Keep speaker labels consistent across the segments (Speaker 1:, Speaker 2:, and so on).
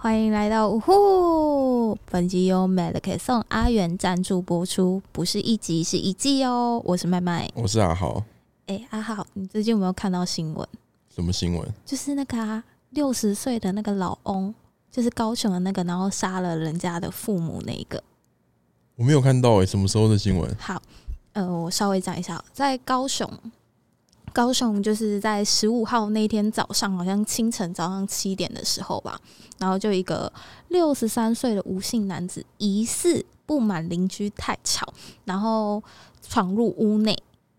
Speaker 1: 欢迎来到呜呼！本集由 Medic 送阿元赞助播出，不是一集是一季哦。我是麦麦，
Speaker 2: 我是阿豪。
Speaker 1: 哎、阿浩，你最近有没有看到新闻？
Speaker 2: 什么新闻？
Speaker 1: 就是那个啊六十岁的那个老翁，就是高雄的那个，然后杀了人家的父母那一个。
Speaker 2: 我没有看到诶、欸什么时候的新闻？
Speaker 1: 好，呃，我稍微讲一下，在高雄，高雄就是在十五号那天早上，好像清晨早上七点的时候吧，然后就一个六十三岁的无姓男子疑似不满邻居太吵，然后闯入屋内，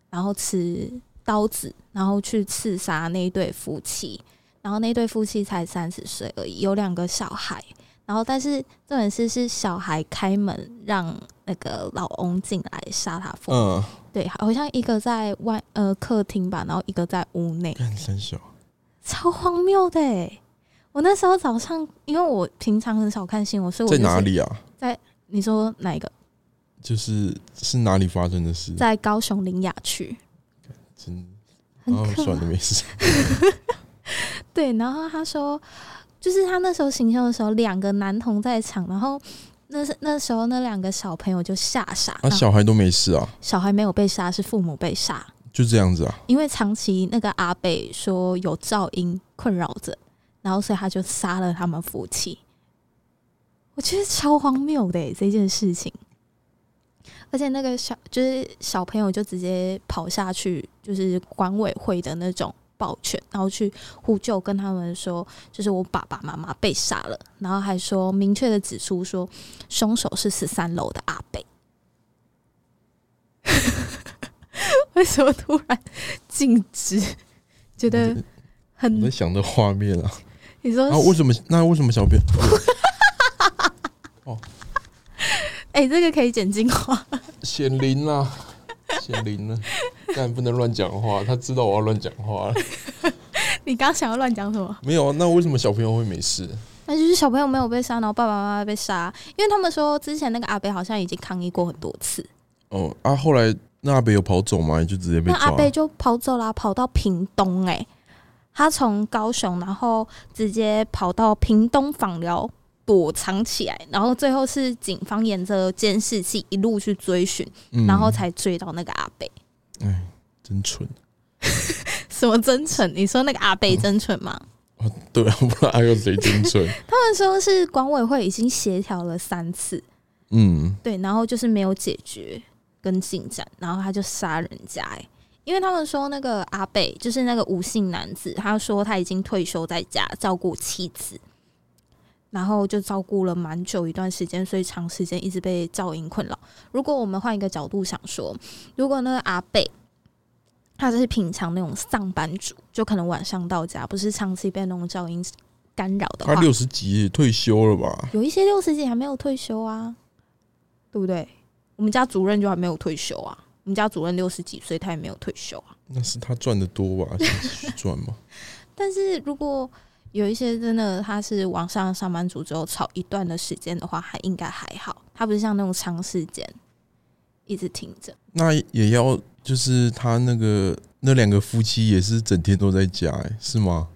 Speaker 1: 然后持刀子，然后去刺杀那一对夫妻。然后那对夫妻才三十岁而已，有两个小孩。然后，但是重点是是小孩开门让那个老翁进来杀他父母。
Speaker 2: 嗯，
Speaker 1: 对，好像一个在外呃客厅吧，然后一个在屋内，
Speaker 2: 干三小，
Speaker 1: 超荒谬的欸。我那时候早上，因为我平常很少看新闻，所以我、
Speaker 2: 在
Speaker 1: 就是、
Speaker 2: 哪？里啊？
Speaker 1: 你说哪一个？
Speaker 2: 就是是哪里发生的事？
Speaker 1: 在高雄林雅区，
Speaker 2: 真
Speaker 1: 很
Speaker 2: 哦，
Speaker 1: 可
Speaker 2: 算了，
Speaker 1: 怕。
Speaker 2: 没 事。
Speaker 1: 对，然后他说，就是他那时候行凶的时候，两个男童在场，然后那是那时候那两个小朋友就吓傻，
Speaker 2: 啊，
Speaker 1: 然后
Speaker 2: 小孩都没事啊，
Speaker 1: 小孩没有被杀，是父母被杀。
Speaker 2: 就这样子啊。
Speaker 1: 因为长期那个阿北说有噪音困扰着，然后所以他就杀了他们夫妻。我觉得超荒谬的欸这件事情，而且那个小就是小朋友就直接跑下去，就是管委会的那种抱拳，然后去呼救，跟他们说就是我爸爸妈妈被杀了，然后还说明确的指出说凶手是十三楼的阿北。 为什么突然静止？觉得
Speaker 2: 我在我在
Speaker 1: 很
Speaker 2: 想这画面啊，
Speaker 1: 你说
Speaker 2: 然后为什么？那为什么小编？
Speaker 1: 哎、这个可以剪精华。
Speaker 2: 显灵啦，显灵了，但不能乱讲话，他知道我要乱讲话啊了。
Speaker 1: 你刚想要乱讲什么？
Speaker 2: 没有啊，那为什么小朋友会没事？
Speaker 1: 那就是小朋友没有被杀，然后爸爸妈妈被杀，因为他们说之前那个阿北好像已经抗议过很多次，
Speaker 2: 哦啊，后来那阿北有跑走吗？就直接被
Speaker 1: 那阿
Speaker 2: 抓。
Speaker 1: 北就跑走啦，跑到屏东哎、他从高雄，然后直接跑到屏东访寮躲藏起来，然后最后是警方沿着监视器一路去追寻，
Speaker 2: 嗯
Speaker 1: 然后才追到那个阿北。
Speaker 2: 哎，真蠢。
Speaker 1: 什么真蠢？你说那个阿北真蠢吗？
Speaker 2: 对啊，不然还有谁真 蠢？
Speaker 1: 他们说是管委会已经协调了三次，
Speaker 2: 嗯，
Speaker 1: 对，然后就是没有解决跟进展，然后他就杀人家、欸。因为他们说那个阿贝就是那个无姓男子，他说他已经退休在家照顾妻子，然后就照顾了蛮久一段时间，所以长时间一直被噪音困扰。如果我们换一个角度想说，如果那个阿贝他就是平常那种上班族，就可能晚上到家，不是长期被那种噪音干扰的
Speaker 2: 他
Speaker 1: 话，
Speaker 2: 六十几退休了吧？
Speaker 1: 有一些六十几还没有退休啊，对不对？我们家主任就还没有退休啊，我们家主任六十几岁，他也没有退休啊。
Speaker 2: 那是他赚的多吧？是赚吗？
Speaker 1: 但是如果有一些真的他是往上上班族之后吵一段的时间的话，还应该还好，他不是像那种长时间一直停着。
Speaker 2: 那也要就是他那个那两个夫妻也是整天都在家、欸，是吗？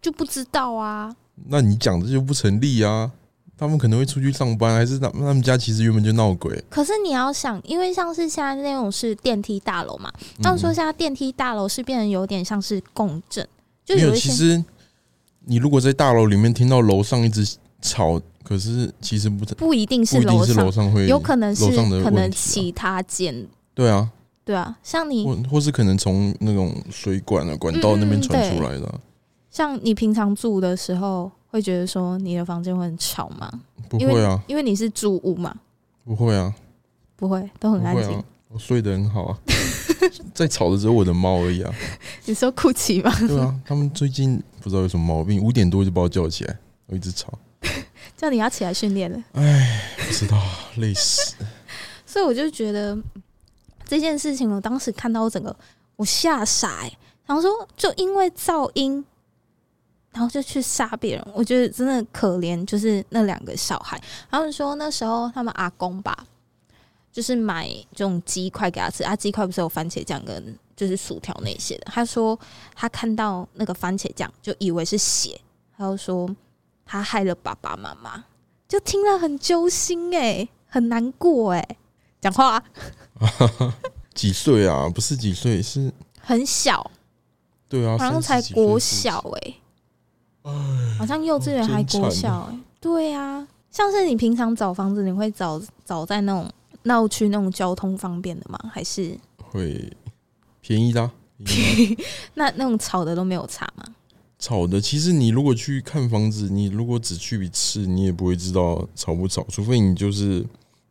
Speaker 1: 就不知道啊，
Speaker 2: 那你讲的就不成立啊！他们可能会出去上班，还是他他们家其实原本就闹鬼？
Speaker 1: 可是你要想，因为像是现在那种是电梯大楼嘛，他们说
Speaker 2: 嗯
Speaker 1: 现在电梯大楼是变得有点像是共振，就
Speaker 2: 没有，
Speaker 1: 一
Speaker 2: 其
Speaker 1: 些
Speaker 2: 实你如果在大楼里面听到楼上一直吵，可是其实不
Speaker 1: 不一定
Speaker 2: 不
Speaker 1: 是
Speaker 2: 一定
Speaker 1: 楼
Speaker 2: 是
Speaker 1: 上
Speaker 2: 楼，上会
Speaker 1: 有可能是
Speaker 2: 楼上的
Speaker 1: 可
Speaker 2: 问
Speaker 1: 能
Speaker 2: 题、啊，
Speaker 1: 其他间，
Speaker 2: 对啊，
Speaker 1: 对啊，像你
Speaker 2: 或或是可能从那种水管啊管道那
Speaker 1: 嗯
Speaker 2: 边传出来的啊、
Speaker 1: 像你平常住的时候，会觉得说你的房间会很吵吗？
Speaker 2: 不
Speaker 1: 因为
Speaker 2: 会啊，
Speaker 1: 因为你是住屋嘛，
Speaker 2: 不会啊，
Speaker 1: 不会，都
Speaker 2: 不
Speaker 1: 很安
Speaker 2: 会
Speaker 1: 静
Speaker 2: 啊。，我睡得很好啊， 在吵的只有我的猫而已啊。
Speaker 1: 你说酷奇吗？
Speaker 2: 对啊，他们最近不知道有什么毛病，五点多就把我叫起来，我一直吵，
Speaker 1: 叫你要起来训练了，
Speaker 2: 不知道累死。
Speaker 1: 所以我就觉得嗯这件事情，我当时看到我整个我吓傻、欸，然后说就因为噪音。然后就去杀别人，我觉得真的可怜，就是那两个小孩。他们说那时候他们阿公吧，就是买这种鸡块给他吃，啊，鸡块不是有番茄酱跟就是薯条那些的。他说他看到那个番茄酱就以为是血，他就说他害了爸爸妈妈，就听了很揪心哎、很难过哎、讲话啊、
Speaker 2: 几岁啊？不是几岁，是
Speaker 1: 很小，
Speaker 2: 对啊，
Speaker 1: 好像才
Speaker 2: 30几岁
Speaker 1: 国小，哎、好像幼稚园还国
Speaker 2: 真惨
Speaker 1: 小哎、对啊，像是你平常找房子，你会找找在那种闹区那种交通方便的吗？还是
Speaker 2: 会便宜的啊、便宜的啊
Speaker 1: 那那种吵的都没有差吗？
Speaker 2: 吵的。其实你如果去看房子，你如果只去一次，你也不会知道吵不吵，除非你就是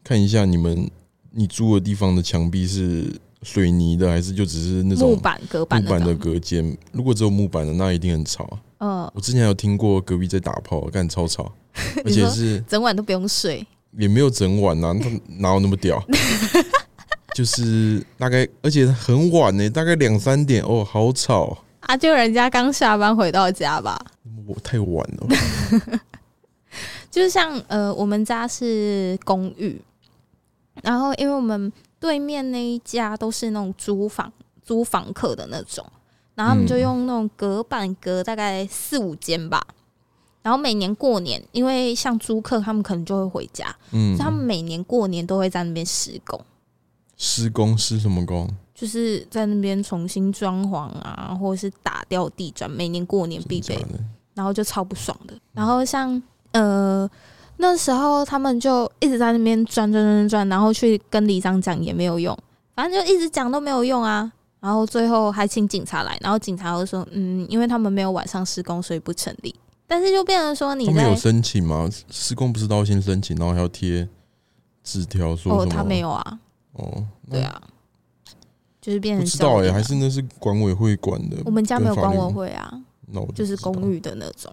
Speaker 2: 看一下你们你租的地方的墙壁是水泥的，还是就只是那种
Speaker 1: 木板隔板
Speaker 2: 木
Speaker 1: 那
Speaker 2: 板的
Speaker 1: 种，
Speaker 2: 隔间。如果只有木板的，那一定很吵。啊
Speaker 1: 嗯，
Speaker 2: 我之前还有听过隔壁在打炮，干超吵， 而
Speaker 1: 你
Speaker 2: 且
Speaker 1: 说
Speaker 2: 是
Speaker 1: 整晚都不用睡，
Speaker 2: 也没有整晚呐、啊， 他们哪有那么屌？就是大概，而且很晚呢、大概两三点哦，好吵，
Speaker 1: 啊，就人家刚下班回到家吧。
Speaker 2: 我太晚了。
Speaker 1: 就是像呃，我们家是公寓，然后因为我们对面那一家都是那种租房租房客的那种，然后他们就
Speaker 2: 嗯
Speaker 1: 用那种隔板隔大概四五间吧。然后每年过年，因为像租客他们可能就会回家，所
Speaker 2: 嗯
Speaker 1: 以，他们每年过年都会在那边施工，
Speaker 2: 施工施什么工？
Speaker 1: 就是在那边重新装潢啊，或者是打掉地砖，每年过年必备
Speaker 2: 真的假的
Speaker 1: 然后就超不爽的。然后像呃那时候他们就一直在那边转转转转，然后去跟里长讲也没有用，反正就一直讲都没有用啊。然后最后还请警察来，然后警察又说，嗯，因为他们没有晚上施工，所以不成立。但是就变成说你
Speaker 2: 他们
Speaker 1: 在哦
Speaker 2: 有申请吗？施工不是都要先申请，然后还要贴纸条说
Speaker 1: 哦，
Speaker 2: 什么？
Speaker 1: 他没有啊，
Speaker 2: 哦，那
Speaker 1: 对啊，就是变
Speaker 2: 不
Speaker 1: 成
Speaker 2: 知道哎、
Speaker 1: 哎、
Speaker 2: 还是那是管委会管的。
Speaker 1: 我们家没有
Speaker 2: 跟法
Speaker 1: 管
Speaker 2: 律
Speaker 1: 委，会啊，
Speaker 2: 那我
Speaker 1: 就是
Speaker 2: 不知道
Speaker 1: 公寓的那种，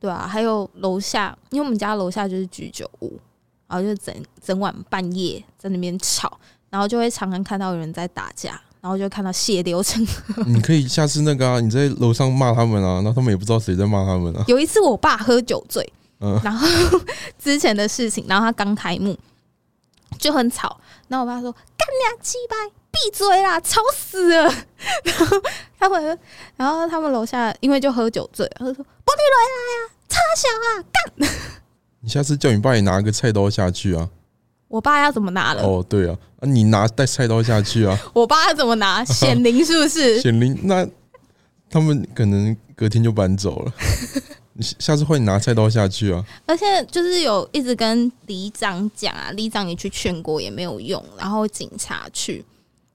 Speaker 1: 对啊，还有楼下，因为我们家楼下就是居酒屋，然后就整整晚半夜在那边吵，然后就会常常看到有人在打架，然后就看到血流成河。
Speaker 2: 你可以下次那个啊，你在楼上骂他们啊，那他们也不知道谁在骂他们啊。
Speaker 1: 有一次我爸喝酒醉，
Speaker 2: 嗯
Speaker 1: 然后 之前的事情，然后他刚开幕就很吵，然后我爸说：“干你啊，鸡掰，闭嘴啦，吵死了。” 然后他们，然后他们楼下因为就喝酒醉，他就说：“不你
Speaker 2: 你下次叫你爸也拿个菜刀下去 啊。
Speaker 1: 我爸要怎么拿了？
Speaker 2: 哦，对啊，啊你拿带菜刀下去 啊，
Speaker 1: 我爸要怎么 拿？显灵是不是？
Speaker 2: 显灵那他们可能隔天就搬走 了。你下下次换你拿菜刀下去啊。
Speaker 1: 而且就是有一直跟里长讲啊，里长也去劝过也没有用，然后警察去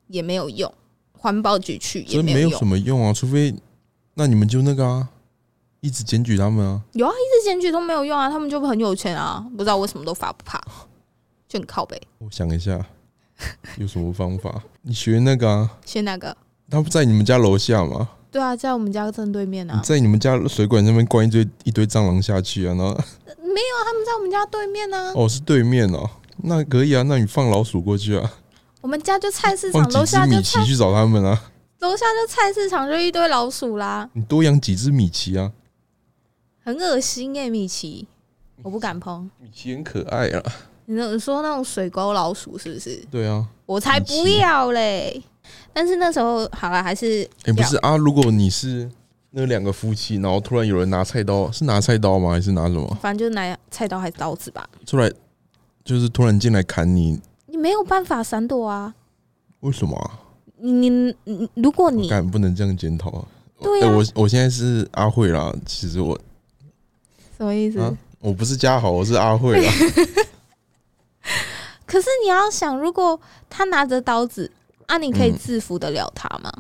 Speaker 1: 也没有用，环保局去
Speaker 2: 所
Speaker 1: 也
Speaker 2: 以
Speaker 1: 没
Speaker 2: 没
Speaker 1: 有
Speaker 2: 有
Speaker 1: 用
Speaker 2: 什，么用啊，除非那你们就那个啊，一直检举他们啊。
Speaker 1: 一直检举都没有用啊，他们就很有钱啊，不知道为什么都罚不怕，就很靠北。
Speaker 2: 我想 一下，有什么方法？你学那个啊，
Speaker 1: 学那个？
Speaker 2: 他不在你们家楼下吗？
Speaker 1: 对啊，在我们家正对面
Speaker 2: 你
Speaker 1: 啊，
Speaker 2: 在你们家水管上面灌一堆一堆蟑螂下去啊，然后
Speaker 1: 没有啊，他们在我们家对面啊，
Speaker 2: 哦是对面哦，那可以啊，那你放老鼠过去啊，
Speaker 1: 我们家就菜市
Speaker 2: 放
Speaker 1: 场，
Speaker 2: 几
Speaker 1: 楼
Speaker 2: 只
Speaker 1: 下就
Speaker 2: 米
Speaker 1: 菜
Speaker 2: 奇，去找他们啊，
Speaker 1: 楼下就菜市场就一堆老鼠啦，
Speaker 2: 你多养几只米奇啊，
Speaker 1: 很恶心耶、米奇，我不敢碰。
Speaker 2: 米奇很可爱啊，
Speaker 1: 你那你说那种水沟老鼠是不是？
Speaker 2: 对啊，
Speaker 1: 我才不要嘞！但是那时候好了，还是
Speaker 2: 哎、不
Speaker 1: 要
Speaker 2: 是啊，如果你是那两个夫妻，然后突然有人拿菜刀，是拿菜刀吗？还是拿什么
Speaker 1: 反正就是拿菜刀还是刀子吧，
Speaker 2: 出来？就是突然进来砍你，
Speaker 1: 你没有办法闪躲啊！
Speaker 2: 为什么啊？
Speaker 1: 你你你，如果你
Speaker 2: 敢不能这样检讨啊？
Speaker 1: 对
Speaker 2: 哎、
Speaker 1: 啊，
Speaker 2: 我我现在是阿慧啦，其实我
Speaker 1: 什么意思？
Speaker 2: 啊我不是嘉豪，我是阿 慧啦。
Speaker 1: 可是你要想，如果他拿着刀子啊，你可以
Speaker 2: 嗯
Speaker 1: 制服得了他吗？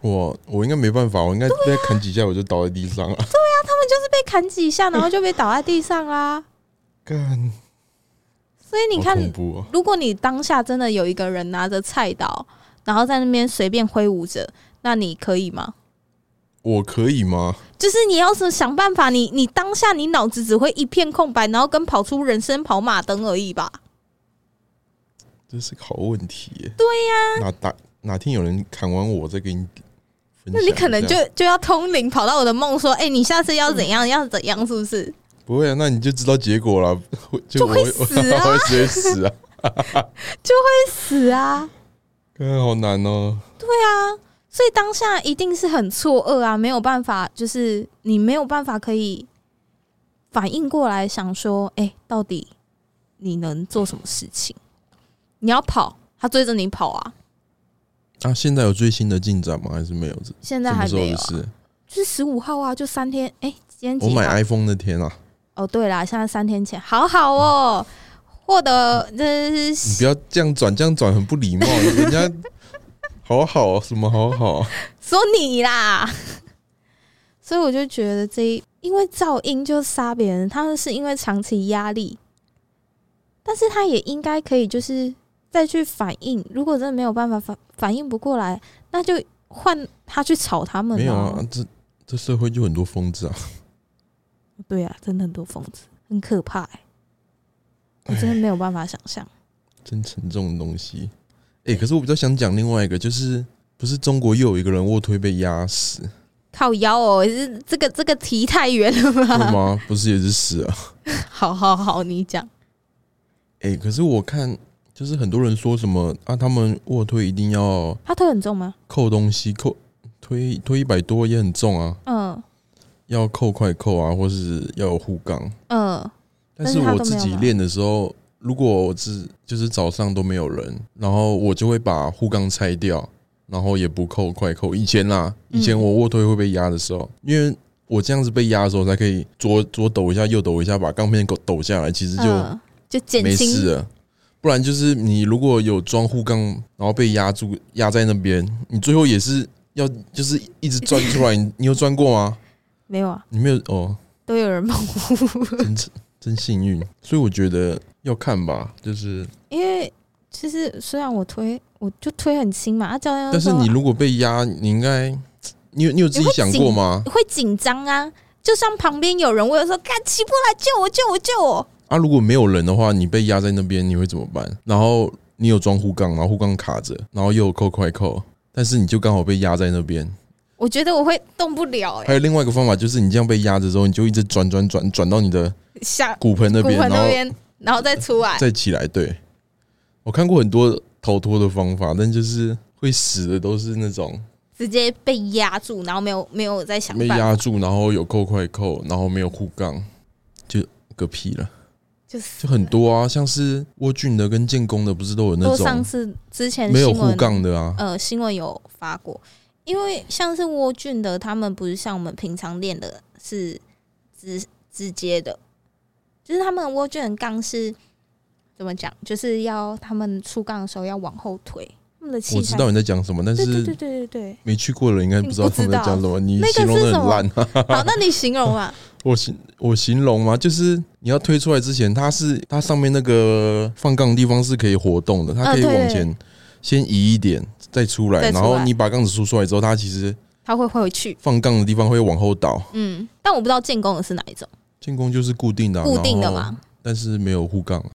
Speaker 2: 我我应该没办法，我应该再砍几下我就倒在地上啊了。
Speaker 1: 他们就是被砍几下，然后就被倒在地上啦。
Speaker 2: 干，
Speaker 1: 所以你看
Speaker 2: 好，恐怖哦！
Speaker 1: 如果你当下真的有一个人拿着菜刀，然后在那边随便挥舞着，那你可以吗？
Speaker 2: 我可以吗？
Speaker 1: 就是你要是想办法，你你当下你脑子只会一片空白，然后跟跑出人生跑马灯而已吧。
Speaker 2: 这是个好问题耶。对呀、哪打哪天有人砍完我再给你分享一下，
Speaker 1: 那你可能就就要通灵跑到我的梦，说：“哎、你下次要怎
Speaker 2: 嗯
Speaker 1: 样，要怎样，是不是
Speaker 2: 不会啊，那你就知道结果了， 会就
Speaker 1: 就
Speaker 2: 我
Speaker 1: 会
Speaker 2: 我
Speaker 1: 死啊
Speaker 2: 我会直接死啊！？”
Speaker 1: 死啊！
Speaker 2: 干好难哦。
Speaker 1: 所以当下一定是很错愕啊，没有办法，就是你没有办法可以反应过来，想说，哎、到底你能做什么事情？你要跑，他追着你跑啊！
Speaker 2: 啊，现在有最新的进展吗？还是没有？这
Speaker 1: 现在
Speaker 2: 什么
Speaker 1: 还
Speaker 2: 时候
Speaker 1: 没
Speaker 2: 的
Speaker 1: 有啊、
Speaker 2: 事？
Speaker 1: 就是十五号啊，就三天。哎、今天
Speaker 2: 我
Speaker 1: 几号
Speaker 2: 买？iPhone 那天啊，
Speaker 1: 哦，对啦，现在三天前，好好哦，获得这
Speaker 2: 你
Speaker 1: 是
Speaker 2: 不要这样转，这样转很不礼貌。人家好好哦什么好好，啊
Speaker 1: 说你啦。 所以我就觉得这一因为噪音就杀别人，他们是因为长期压力，但是他也应该可以就是再去反应。如果真的没有办法反反应不过来，那就换他去吵他们、
Speaker 2: 没有啊，这这社会就很多疯子啊。
Speaker 1: 对啊，真的很多疯子，很可怕、欸，我真的
Speaker 2: 哎
Speaker 1: 没有办法想象。
Speaker 2: 真沉重的东西。哎、可是我比较想讲另外一个，就是不是中国又有一个人卧推被压死，
Speaker 1: 靠腰哦，是这个这个题太远了
Speaker 2: 对
Speaker 1: 吧？
Speaker 2: 吗？不是也是死啊？
Speaker 1: 好好好，你讲。
Speaker 2: 哎、可是我看就是很多人说什么啊，他们卧推一定要
Speaker 1: 他推很重吗？
Speaker 2: 扣东西，扣推推一百多也很重啊，
Speaker 1: 嗯
Speaker 2: 要扣快扣啊，或是要有护杠。
Speaker 1: 嗯，
Speaker 2: 但是
Speaker 1: 但是他
Speaker 2: 我
Speaker 1: 都
Speaker 2: 自
Speaker 1: 没有
Speaker 2: 己
Speaker 1: 吗
Speaker 2: 练的时候，如果我只就是早上都没有人，然后我就会把护杠拆掉，然后也不扣快扣。以前啦，
Speaker 1: 嗯
Speaker 2: 以前我卧推会被压的时候，因为我这样子被压的时候才可以左左抖一下，右抖一下，把杠片抖抖下来，其实就
Speaker 1: 嗯就减
Speaker 2: 没事
Speaker 1: 轻，
Speaker 2: 了。不然就是你如果有装护杠，然后被压住压在那边，你最后也是要就是一直钻出来。你你有钻过吗？
Speaker 1: 没有啊，
Speaker 2: 你没有哦，
Speaker 1: 都有人帮 我，
Speaker 2: 真 真幸运，所以我觉得要看吧，就是，
Speaker 1: 因为其实虽然我推，我就推很轻嘛，啊教练
Speaker 2: 但
Speaker 1: 就说
Speaker 2: 是你如果被压，你应该，你有你有自己想过吗？
Speaker 1: 会紧张啊，就像旁边有人，我有说看起不来，救我救我救我，
Speaker 2: 啊，如果没有人的话，你被压在那边，你会怎么办？然后你有装护杠，然后护杠卡着，然后又有扣快扣，但是你就刚好被压在那边。
Speaker 1: 我觉得我会动不了哎、
Speaker 2: 还有另外一个方法，就是你这样被压着之后，你就一直转转转转到你的
Speaker 1: 下
Speaker 2: 骨盆那
Speaker 1: 骨
Speaker 2: 边，
Speaker 1: 盆
Speaker 2: 然
Speaker 1: 那
Speaker 2: 后
Speaker 1: 边，然后再出来，
Speaker 2: 再起来。对，我看过很多逃脱的方法，但就是会死的都是那种
Speaker 1: 直接被压住，然后没有没有在想
Speaker 2: 被
Speaker 1: 办法，
Speaker 2: 压住，然后有扣快扣，然后没有护杠，就嗝屁了，
Speaker 1: 就是
Speaker 2: 就很多啊，像是沃俊的跟建工的，不是都有那
Speaker 1: 都上
Speaker 2: 种
Speaker 1: 次之前
Speaker 2: 没有
Speaker 1: 新
Speaker 2: 护
Speaker 1: 闻
Speaker 2: 杠的啊？
Speaker 1: 呃新闻有发过，因为像是蜗菌的，他们不是像我们平常练的是直直接的，就是他们蜗菌的杠是怎么讲，就是要他们出杠的时候要往后推，他们的
Speaker 2: 我
Speaker 1: 气
Speaker 2: 知
Speaker 1: 才
Speaker 2: 道你在讲什么，但
Speaker 1: 对对
Speaker 2: 是
Speaker 1: 对对对对。
Speaker 2: 没去过的人应该不知道
Speaker 1: 你不
Speaker 2: 他
Speaker 1: 知
Speaker 2: 们
Speaker 1: 道
Speaker 2: 在讲什么。你
Speaker 1: 那个
Speaker 2: 形容
Speaker 1: 是
Speaker 2: 的
Speaker 1: 什
Speaker 2: 很
Speaker 1: 么
Speaker 2: 烂啊！
Speaker 1: 好，那你形容啊 吧。
Speaker 2: 我形我形容嘛，就是你要推出来之前，它是它上面那个放杠的地方是可以活动的，它
Speaker 1: 呃
Speaker 2: 可以
Speaker 1: 对
Speaker 2: 往
Speaker 1: 对
Speaker 2: 前先移一点，再出来，
Speaker 1: 再出
Speaker 2: 然后
Speaker 1: 来
Speaker 2: 你把杠子输出来之后，它其实
Speaker 1: 他会回去，
Speaker 2: 放杠的地方会往后倒。
Speaker 1: 嗯，但我不知道建工的是哪一种，
Speaker 2: 建工就是固定的啊、
Speaker 1: 固定的
Speaker 2: 然后
Speaker 1: 嘛。
Speaker 2: 但是没有护杠，啊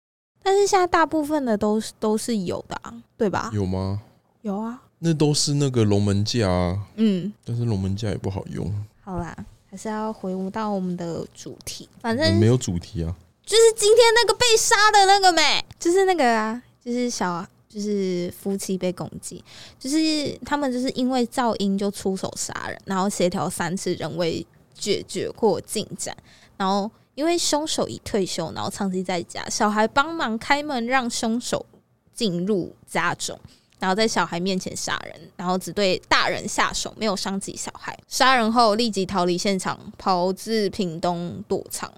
Speaker 1: 但是现在大部分的都是都是有的、啊，对吧？
Speaker 2: 有吗？
Speaker 1: 有啊，
Speaker 2: 那都是那个龙门架啊，
Speaker 1: 嗯，
Speaker 2: 但是龙门架也不好用，
Speaker 1: 好啦，还是要回到我们的主题。反
Speaker 2: 我
Speaker 1: 正
Speaker 2: 没有主题啊。
Speaker 1: 就是今天那个被杀的那个没，就是那个啊，就是小，就是夫妻被攻击，就是他们就是因为噪音就出手杀人，然后协调三次人为决绝或进展，然后因为凶手已退休，然后长期在家，小孩帮忙开门让凶手进入家中。然后在小孩面前杀人，然后只对大人下手，没有伤及小孩。杀人后立即逃离现场，跑至屏东躲藏。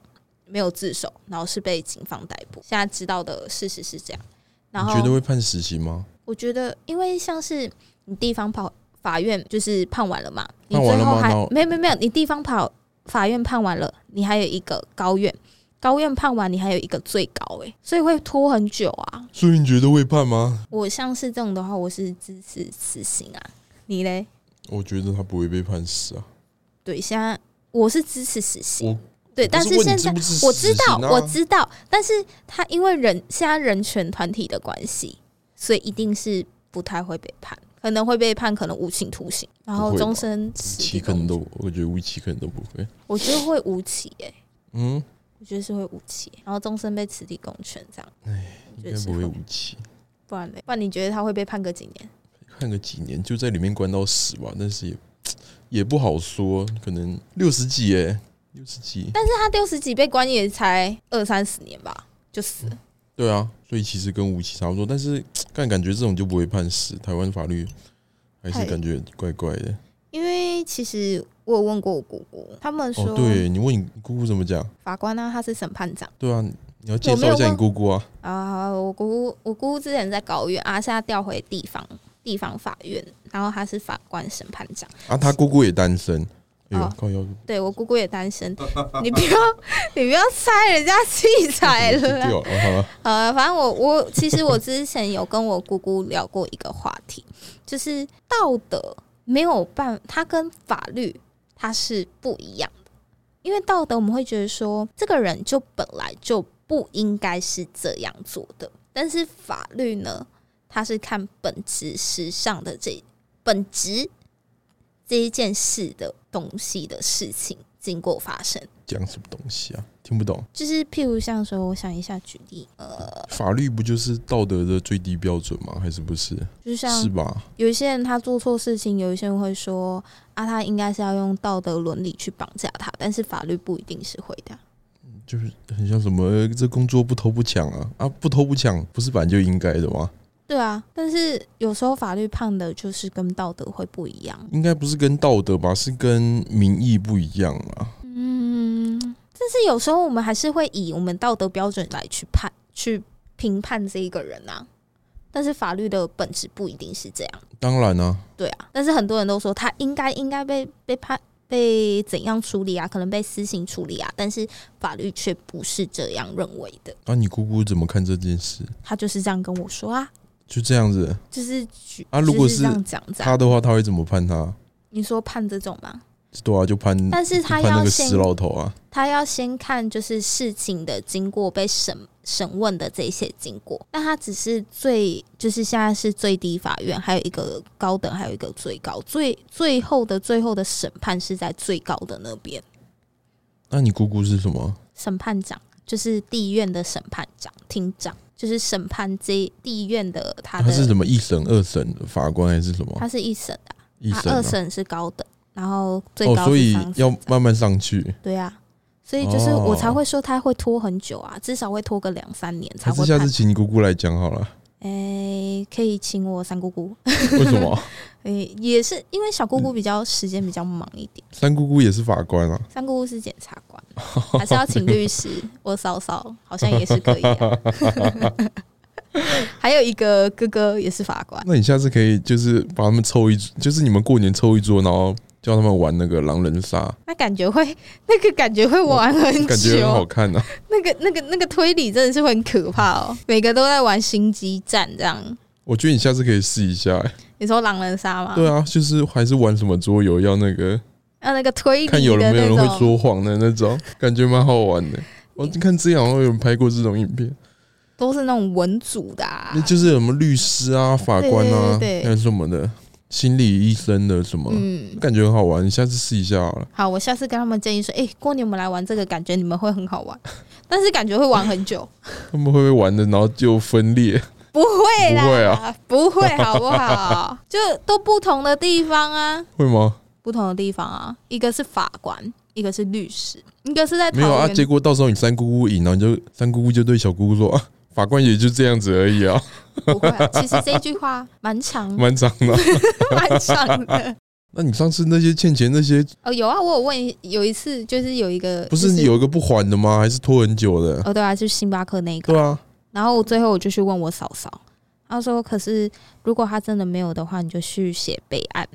Speaker 1: 没有自首，然后是被警方逮捕。现在知道的事实是这样。然
Speaker 2: 你
Speaker 1: 后
Speaker 2: 觉得会判死刑吗？
Speaker 1: 我觉得，因为像是你地方跑法院就是判完了嘛，你
Speaker 2: 判完
Speaker 1: 最
Speaker 2: 了
Speaker 1: 后
Speaker 2: 吗
Speaker 1: 还
Speaker 2: 然后
Speaker 1: 没有没有没有，你地方跑法院判完了，你还有一个高院，高院判完你还有一个最高、欸，所以会拖很久啊。
Speaker 2: 所以你觉得会判吗？
Speaker 1: 我像是这种的话，我是支持死刑啊。你嘞？
Speaker 2: 我觉得他不会被判死啊。
Speaker 1: 对，现在我是支持死刑
Speaker 2: 我。
Speaker 1: 对，
Speaker 2: 我
Speaker 1: 但
Speaker 2: 是
Speaker 1: 是
Speaker 2: 问
Speaker 1: 现
Speaker 2: 你支
Speaker 1: 在
Speaker 2: 不支持
Speaker 1: 我知道
Speaker 2: 死刑，啊
Speaker 1: 我知道，但是他因为人现在人权团体的关系，所以一定是不太会被判，可能会被判可能无期徒刑，然
Speaker 2: 不
Speaker 1: 后
Speaker 2: 会吧
Speaker 1: 终身
Speaker 2: 无
Speaker 1: 死
Speaker 2: 期
Speaker 1: 地
Speaker 2: 可能
Speaker 1: 公主。
Speaker 2: 都，我觉得无期可能都不会。
Speaker 1: 我觉得会无期诶、
Speaker 2: 嗯，
Speaker 1: 我觉得是会无期、然后终身被此地公权这样，
Speaker 2: 应
Speaker 1: 觉
Speaker 2: 该
Speaker 1: 得是
Speaker 2: 不会
Speaker 1: 会
Speaker 2: 无期，
Speaker 1: 不然嘞，不然你觉得他会被判个几年？
Speaker 2: 判个几年就在里面关到死吧。但是也也不好说，可能六十几哎、六十几，
Speaker 1: 但是他六十几被关也才二三十年吧，就死了。
Speaker 2: 对啊，所以其实跟无期差不多，但是但感觉这种就不会判死，台湾法律还是
Speaker 1: 太
Speaker 2: 感觉怪怪的。
Speaker 1: 因为其实我有问过我姑姑，他们说、
Speaker 2: 哦，对你问你姑姑怎么讲？
Speaker 1: 法官呢、他是审判长
Speaker 2: 对啊，你要介
Speaker 1: 我没
Speaker 2: 绍
Speaker 1: 有
Speaker 2: 一下你
Speaker 1: 问
Speaker 2: 姑姑啊。
Speaker 1: 啊。我姑姑，我姑姑之前在高院啊，现在调回地方地方法院，然后他是法官审判长。
Speaker 2: 啊，他姑姑也单身。哎呦
Speaker 1: 哦，
Speaker 2: 靠腰，
Speaker 1: 对我姑姑也单身，你不要你不要拆人家器材
Speaker 2: 就
Speaker 1: 了啊啦。
Speaker 2: 掉了，好了，
Speaker 1: 呃，反正我我其实我之前有跟我姑姑聊过一个话题，就是道德没有办，它跟法律它是不一样的。因为道德我们会觉得说，这个人就本来就不应该是这样做的，但是法律呢，它是看本质时尚的这本质这一件事的东西的事情经过发生，
Speaker 2: 讲什么东西啊？听不懂。
Speaker 1: 就是譬如像说，我想一下举例，呃，
Speaker 2: 法律不就是道德的最低标准吗？还是不是？
Speaker 1: 就像
Speaker 2: 是吧？
Speaker 1: 有一些人他做错事情，有一些人会说啊，他应该是要用道德伦理去绑架他，但是法律不一定是会的。
Speaker 2: 就是很像什么呃这工作不偷不抢啊啊，不偷不抢不是本来就应该的吗？
Speaker 1: 对啊，但是有时候法律判的就是跟道德会不一样。
Speaker 2: 应该不是跟道德吧，是跟民意不一样啊。
Speaker 1: 嗯，但是有时候我们还是会以我们道德标准来去判、去评判这一个人啊。但是法律的本质不一定是这样，
Speaker 2: 当然啊，
Speaker 1: 对啊。但是很多人都说他应该应该被被判被怎样处理啊，可能被私刑处理啊，但是法律却不是这样认为的。
Speaker 2: 啊那、你姑姑怎么看这件事？
Speaker 1: 他就是这样跟我说啊，
Speaker 2: 就这样子，
Speaker 1: 就是举
Speaker 2: 啊如果
Speaker 1: 就是是这样讲这样，
Speaker 2: 他的话他会怎么判他？
Speaker 1: 你说判这种吗？
Speaker 2: 对啊，就判，
Speaker 1: 但是
Speaker 2: 就
Speaker 1: 他
Speaker 2: 判那
Speaker 1: 要
Speaker 2: 个
Speaker 1: 先
Speaker 2: 死老头啊。
Speaker 1: 他要先看就是事情的经过被审审问的这些经过，那他只是最就是现在是最低法院，还有一个高等，还有一个最高，最最后的最后的审判是在最高的那边，
Speaker 2: 那你姑姑是什么？
Speaker 1: 审判长就是地院的审判长厅长，就是审判这地院的他
Speaker 2: 他
Speaker 1: 的
Speaker 2: 是什么一审、二审的法官还是什么？
Speaker 1: 他是一审的啊，
Speaker 2: 一审、
Speaker 1: 他
Speaker 2: 啊
Speaker 1: 二。审是高等，然后最
Speaker 2: 哦，
Speaker 1: 高
Speaker 2: 所
Speaker 1: 是
Speaker 2: 以
Speaker 1: 方
Speaker 2: 要
Speaker 1: 审长
Speaker 2: 慢慢上去。
Speaker 1: 对啊，所以就是
Speaker 2: 哦
Speaker 1: 我才会说他会拖很久啊，至少会拖个两三年才
Speaker 2: 还
Speaker 1: 会
Speaker 2: 是下
Speaker 1: 判
Speaker 2: 次。请你姑姑来讲好 了。
Speaker 1: 哎、可以请我三姑姑。
Speaker 2: 为什么？
Speaker 1: 哎、也是因为小姑姑比较时间比较忙一点，
Speaker 2: 三姑姑也是法官啊。
Speaker 1: 三姑姑是检察官，还是要请律师。我嫂嫂好像也是可以、啊。 还有一个哥哥也是法官，
Speaker 2: 那你下次可以就是把他们凑一，就是你们过年凑一桌，然后叫他们玩那个狼人杀，
Speaker 1: 那感觉会，那个感觉会玩很
Speaker 2: 感觉很好
Speaker 1: 久，
Speaker 2: 看啊。
Speaker 1: 那个那个那个推理真的是会很可怕哦，每个都在玩心机战这样。
Speaker 2: 我觉得你下次可以试一下、欸。
Speaker 1: 你说狼人杀吗？
Speaker 2: 对啊，就是还是玩什么桌游，要那个
Speaker 1: 啊，那个推理的
Speaker 2: 看有人没有人
Speaker 1: 那
Speaker 2: 会
Speaker 1: 种
Speaker 2: 说谎的那种， 感觉蛮好玩的。我看之前好像有人拍过这种影片，
Speaker 1: 都是那种文组的、啊
Speaker 2: 那，就是什么律师啊、法官啊，
Speaker 1: 对对对对
Speaker 2: 还有什么的心理医生的什么，
Speaker 1: 嗯，
Speaker 2: 感觉很好玩。你下次试一下好了。
Speaker 1: 好，我下次跟他们建议说，哎、过年我们来玩这个，感觉你们会很好玩， 但是感觉会玩很久，
Speaker 2: 他们会不会玩的，然后就分裂？
Speaker 1: 不会啦，
Speaker 2: 不会啊，
Speaker 1: 不会好不好？ 就都不同的地方啊，
Speaker 2: 会吗？
Speaker 1: 不同的地方啊，一个是法官，一个是律师，一个是在
Speaker 2: 没有
Speaker 1: 桃
Speaker 2: 啊，
Speaker 1: 园
Speaker 2: 结果到时候你三姑姑赢，然后你就三姑姑就对小姑姑说啊，法官也就这样子而已啊，
Speaker 1: 不会、啊。其实这句话蛮长，
Speaker 2: 蛮长 的。
Speaker 1: 蛮长的。
Speaker 2: 那你上次那些欠钱那些，
Speaker 1: 哦，有啊，我有问，有一次就是有一个
Speaker 2: 不
Speaker 1: 就是
Speaker 2: 有一个不还的吗？还是拖很久的？
Speaker 1: 哦，对啊，就是星巴克那一个
Speaker 2: 对。啊，
Speaker 1: 然后最后我就去问我嫂嫂，她说：“可是如果他真的没有的话，你就去写备案，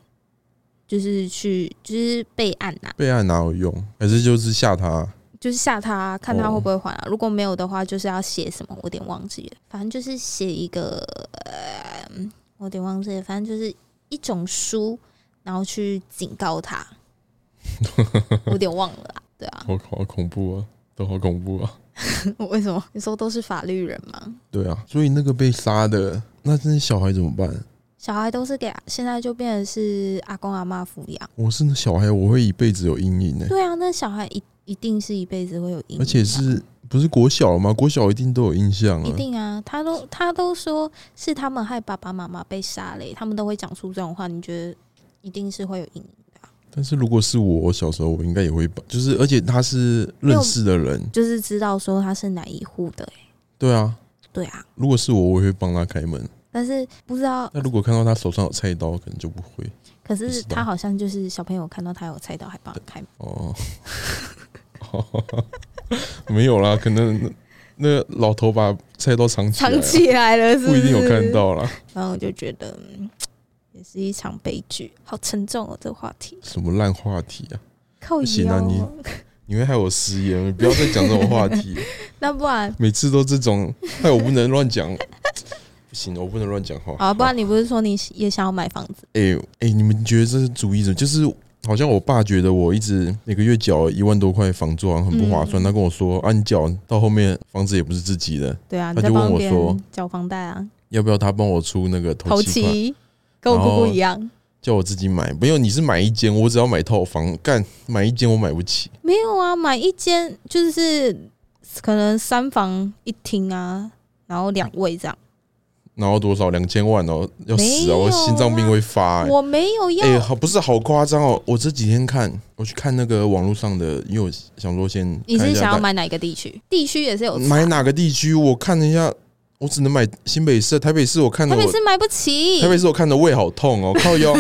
Speaker 1: 就是去就是备案呐、
Speaker 2: 备案哪有用？还是就是吓他？啊
Speaker 1: 就是吓他看他
Speaker 2: 哦
Speaker 1: 会不会还啊。如果没有的话，就是要写什么，我有点忘记了，反正就是写一个，呃，我有点忘记了，反正就是一种书，然后去警告他，我有点忘了啦。”对啊，
Speaker 2: 好好恐怖啊，都好恐怖啊！
Speaker 1: 为什么你说都是法律人吗？
Speaker 2: 对啊，所以那个被杀的那那些小孩怎么办？
Speaker 1: 小孩都是给现在就变成是阿公阿妈抚养。
Speaker 2: 我是那小孩，我会一辈子有阴影呢、
Speaker 1: 对啊，那小孩一一定是一辈子会有阴影的啊，
Speaker 2: 而且是不是国小了吗？国小一定都有印象
Speaker 1: 一
Speaker 2: 啊。
Speaker 1: 定啊，他都他都说是他们害爸爸妈妈被杀嘞，他们都会讲出这种话，你觉得一定是会有阴影？
Speaker 2: 但是如果是我我小时候，我应该也会把，就是而且他是认识的人，
Speaker 1: 就是知道说他是哪一户的、欸。
Speaker 2: 对啊，
Speaker 1: 对啊，
Speaker 2: 如果是我，我也会帮他开门。
Speaker 1: 但是不知道，
Speaker 2: 那如果看到他手上有菜刀，可能就不会
Speaker 1: 可
Speaker 2: 呃不
Speaker 1: 是
Speaker 2: 知道
Speaker 1: 他好像就是小朋友看到他有菜刀，还帮他开门。
Speaker 2: 哦。 没有啦，可能那个老头把菜刀藏起来
Speaker 1: 藏
Speaker 2: 了，
Speaker 1: 起来了，是
Speaker 2: 不一定有
Speaker 1: 是
Speaker 2: 看。到啦。
Speaker 1: 然后我就觉得，嗯也是一场悲剧，好沉重哦，这个话题。
Speaker 2: 什么烂话题啊！
Speaker 1: 靠
Speaker 2: 不行
Speaker 1: 腰
Speaker 2: 啊你
Speaker 1: 哦，
Speaker 2: 你会害我失言，不要再讲这种话题，
Speaker 1: 那不然
Speaker 2: 每次都这种，害我不能乱讲。不行，我不能乱讲话。
Speaker 1: 好啊，不然你不是说你也想要买房子？
Speaker 2: 哎、欸、你们觉得这是主意怎么？就是好像我爸觉得我一直每个月缴一万多块房租好像很不划算，
Speaker 1: 嗯
Speaker 2: 他跟我说啊，你缴到后面房子也不是自己的，
Speaker 1: 对啊，你
Speaker 2: 他
Speaker 1: 在
Speaker 2: 就问
Speaker 1: 帮
Speaker 2: 我
Speaker 1: 别
Speaker 2: 说
Speaker 1: 人缴房贷啊，
Speaker 2: 要不要他帮我出那个头
Speaker 1: 头
Speaker 2: 期款，
Speaker 1: 期跟我姑姑一样。
Speaker 2: 叫我自己买？没有，你是买一间，我只要买套房，干买一间我买不起，
Speaker 1: 没有啊，买一间就是可能三房一厅啊，然后两卫这样。
Speaker 2: 然后多少两千万哦，要
Speaker 1: 没
Speaker 2: 死
Speaker 1: 有啊
Speaker 2: 啊！我心脏病会发哎、欸。
Speaker 1: 我没有要，
Speaker 2: 哎、好不是好夸张哦！我这几天看，我去看那个网络上的，因为我想说先
Speaker 1: 你
Speaker 2: 看
Speaker 1: 是
Speaker 2: 一下
Speaker 1: 想要
Speaker 2: 大
Speaker 1: 买哪一个地区？地区也是有差
Speaker 2: 买哪个地区？我看了一下，我只能买新北市、台北市。我看
Speaker 1: 台
Speaker 2: 的我
Speaker 1: 北市买不起
Speaker 2: 台，北市我看的胃好痛哦，靠腰。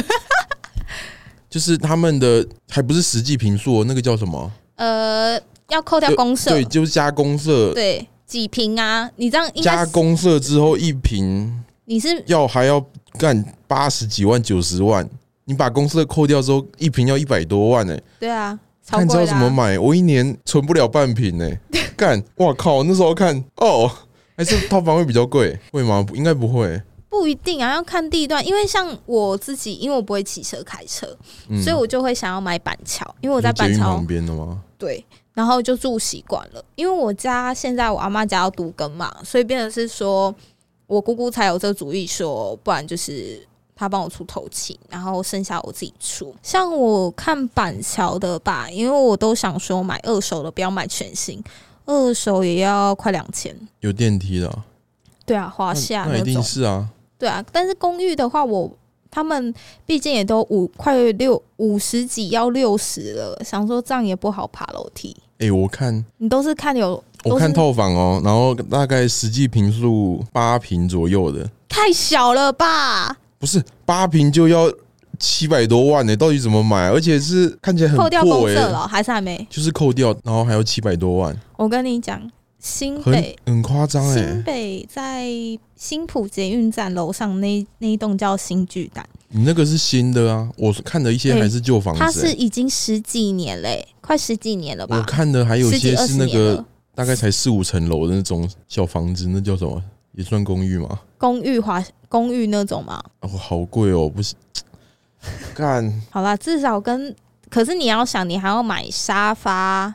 Speaker 2: 就是他们的还不是实际平数哦，那个叫什么？
Speaker 1: 呃，要扣掉
Speaker 2: 就
Speaker 1: 公社，
Speaker 2: 对，就是加公社，
Speaker 1: 对几平啊？你这样应该
Speaker 2: 加
Speaker 1: 是
Speaker 2: 公社之后一平
Speaker 1: 你是
Speaker 2: 要还要干八十几万、九十万。你把公社扣掉之后，一平要一百多万呢、欸
Speaker 1: 对啊，超
Speaker 2: 看你知道
Speaker 1: 贵的
Speaker 2: 怎
Speaker 1: 啊、
Speaker 2: 么买？我一年存不了半 瓶呢、干，哇靠！那时候看哦，还是套房会比较贵，会吗？不应该不会。
Speaker 1: 不一定啊，要看地段。因为像我自己，因为我不会骑车开车，
Speaker 2: 嗯
Speaker 1: 所以我就会想要买板桥，因为我在
Speaker 2: 你捷
Speaker 1: 板
Speaker 2: 运
Speaker 1: 桥
Speaker 2: 旁边的吗？
Speaker 1: 对，然后就住习惯了。因为我家现在我阿妈家要独耕嘛，所以变成是说我姑姑才有这个主意说，不然就是她帮我出头期，然后剩下我自己出。像我看板桥的吧，因为我都想说买二手的，不要买全新，二手也要快两千。
Speaker 2: 有电梯的啊、
Speaker 1: 对啊，华
Speaker 2: 那
Speaker 1: 夏
Speaker 2: 那一定
Speaker 1: 种。
Speaker 2: 是啊。
Speaker 1: 对啊，但是公寓的话，我他们毕竟也都五快六五十几要六十了，想说这样也不好爬楼梯。
Speaker 2: 哎、我看
Speaker 1: 你都是看有，
Speaker 2: 我
Speaker 1: 都是
Speaker 2: 看套房哦，然后大概实际平数八平左右的，
Speaker 1: 太小了吧？
Speaker 2: 不是八平就要七百多万呢、欸到底怎么买？啊而且是看起来很
Speaker 1: 扣掉公
Speaker 2: 破哎、
Speaker 1: 社了哦、还是还没？
Speaker 2: 就是扣掉，然后还要七百多万，
Speaker 1: 我跟你讲，新
Speaker 2: 很
Speaker 1: 北、
Speaker 2: 很夸张
Speaker 1: 新
Speaker 2: 哎！
Speaker 1: 北在新浦捷运站楼上那那一栋叫新巨蛋，
Speaker 2: 你那个是新的啊，我看的一些
Speaker 1: 哎
Speaker 2: 还是旧房
Speaker 1: 它
Speaker 2: 子、
Speaker 1: 是
Speaker 2: 欸，
Speaker 1: 已经十几年嘞、快十几年了
Speaker 2: 我
Speaker 1: 吧？
Speaker 2: 看的还有
Speaker 1: 十几
Speaker 2: 些
Speaker 1: 二
Speaker 2: 是
Speaker 1: 十
Speaker 2: 那
Speaker 1: 年
Speaker 2: 个
Speaker 1: 了。
Speaker 2: 大概才四五层楼的那种小房子，那叫什么？也算公寓吗？
Speaker 1: 公寓华公寓那种嘛。
Speaker 2: 哦，好贵哦，不是，干。
Speaker 1: 好啦，至少跟可是你要想，你还要买沙发、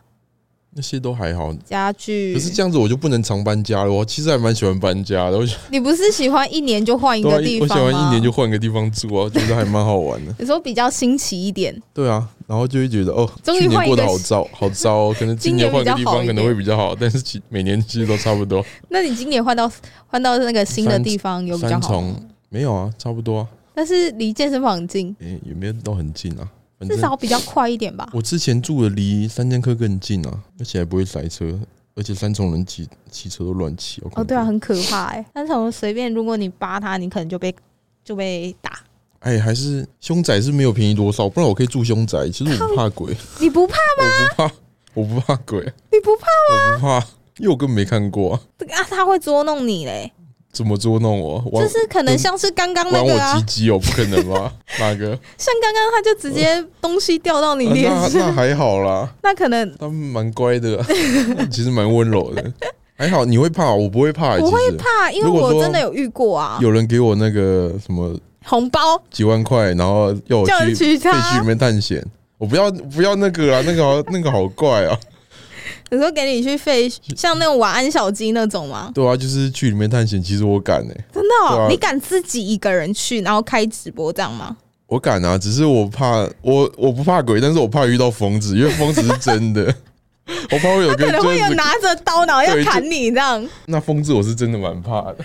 Speaker 2: 那些都还好，
Speaker 1: 家具。
Speaker 2: 可是这样子我就不能常搬家了。我其实还蛮喜欢搬家的，我想
Speaker 1: 你不是喜欢一年就换一
Speaker 2: 对啊
Speaker 1: 个地
Speaker 2: 我喜
Speaker 1: 方吗？。
Speaker 2: 欢一年就换个地方住啊，觉得还蛮好玩的
Speaker 1: 有时候比较新奇一点。
Speaker 2: 对啊，然后就会觉得哦，
Speaker 1: 终于
Speaker 2: 去年
Speaker 1: 换一
Speaker 2: 过
Speaker 1: 个
Speaker 2: 得好糟好糟 哦，可能
Speaker 1: 今
Speaker 2: 年
Speaker 1: 年
Speaker 2: 换个地
Speaker 1: 比较好
Speaker 2: 方
Speaker 1: 一
Speaker 2: 可
Speaker 1: 点
Speaker 2: 能会比较好，但是其每年其实都差不多。
Speaker 1: 那你今年换到换到那个新的
Speaker 2: 三
Speaker 1: 地方有比较
Speaker 2: 三
Speaker 1: 好
Speaker 2: 重
Speaker 1: 吗？
Speaker 2: 没有啊，差不多啊，
Speaker 1: 但是离健身房很近，
Speaker 2: 诶、也没有到很近啊，反
Speaker 1: 至
Speaker 2: 正
Speaker 1: 少比较快一点吧。
Speaker 2: 我之前住的离三剑客更近啊，而且还不会塞车，而且三重人骑骑车都乱骑。好恐
Speaker 1: 哦，对啊，
Speaker 2: 怖
Speaker 1: 很可怕哎、但是我们随便，如果你扒它，你可能就被就被打。
Speaker 2: 哎、还是凶宅是没有便宜多少，不然我可以住凶宅。其实 我不怕鬼，
Speaker 1: 你不怕？
Speaker 2: 我不怕，我不怕鬼，
Speaker 1: 你不怕
Speaker 2: 我不怕，因为我根本没看过、啊、
Speaker 1: 啊？它会捉弄你嘞，
Speaker 2: 怎么捉弄我，玩
Speaker 1: 就是可能像是刚刚那
Speaker 2: 玩
Speaker 1: 个
Speaker 2: 我
Speaker 1: 啊
Speaker 2: 鸡，鸡哦，不可 能吧？哪个？啊
Speaker 1: 像刚刚它就直接东西掉到你脸
Speaker 2: 那
Speaker 1: 上，
Speaker 2: 那还好啦，
Speaker 1: 那可能
Speaker 2: 他们蛮乖的，其实蛮温柔的，还好。你会怕，我不会怕、
Speaker 1: 我会
Speaker 2: 其实
Speaker 1: 怕，因为
Speaker 2: 如果
Speaker 1: 我
Speaker 2: 说
Speaker 1: 真的有遇过啊，
Speaker 2: 有人给我那个什么
Speaker 1: 红包
Speaker 2: 几万块，然后要我
Speaker 1: 叫人娶
Speaker 2: 去废墟
Speaker 1: 她
Speaker 2: 里，面探险，我不要不要那个啊，那个好那个好怪啊。
Speaker 1: 有时候给你去费，像那种晚安小鸡那种吗？
Speaker 2: 对啊，就是去里面探险，其实我敢哎、
Speaker 1: 真的、哦
Speaker 2: 对啊
Speaker 1: 你敢自己一个人去，然后开直播这样吗？
Speaker 2: 我敢啊，只是我怕我我不怕鬼，但是我怕遇到疯子，因为疯子是真的， 我怕会有
Speaker 1: 可
Speaker 2: 个
Speaker 1: 能
Speaker 2: 就
Speaker 1: 会有
Speaker 2: 是
Speaker 1: 拿着刀，然后
Speaker 2: 对
Speaker 1: 要
Speaker 2: 就
Speaker 1: 砍你这样。
Speaker 2: 那疯子我是真的蛮怕的。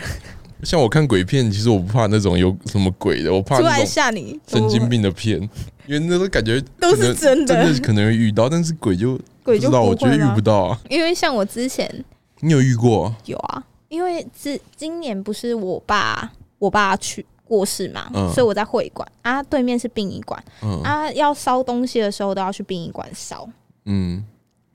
Speaker 2: 像我看鬼片，其实我不怕那种有什么鬼的，我怕
Speaker 1: 出
Speaker 2: 那
Speaker 1: 来
Speaker 2: 种
Speaker 1: 吓你，
Speaker 2: 神经病的片。因为那都感觉
Speaker 1: 都是
Speaker 2: 可能
Speaker 1: 真的
Speaker 2: 真的可能会遇到，但是鬼就
Speaker 1: 鬼
Speaker 2: 不
Speaker 1: 就
Speaker 2: 知道，
Speaker 1: 不
Speaker 2: 我觉得
Speaker 1: 会
Speaker 2: 遇
Speaker 1: 吗
Speaker 2: 不？到啊。
Speaker 1: 因为像我之前
Speaker 2: 你有遇过？
Speaker 1: 有啊，因为之今年不是我爸我爸去过世嘛，
Speaker 2: 嗯
Speaker 1: 所以我在会馆啊，对面是殡仪馆
Speaker 2: 嗯
Speaker 1: 啊，要烧东西的时候都要去殡仪馆烧，
Speaker 2: 嗯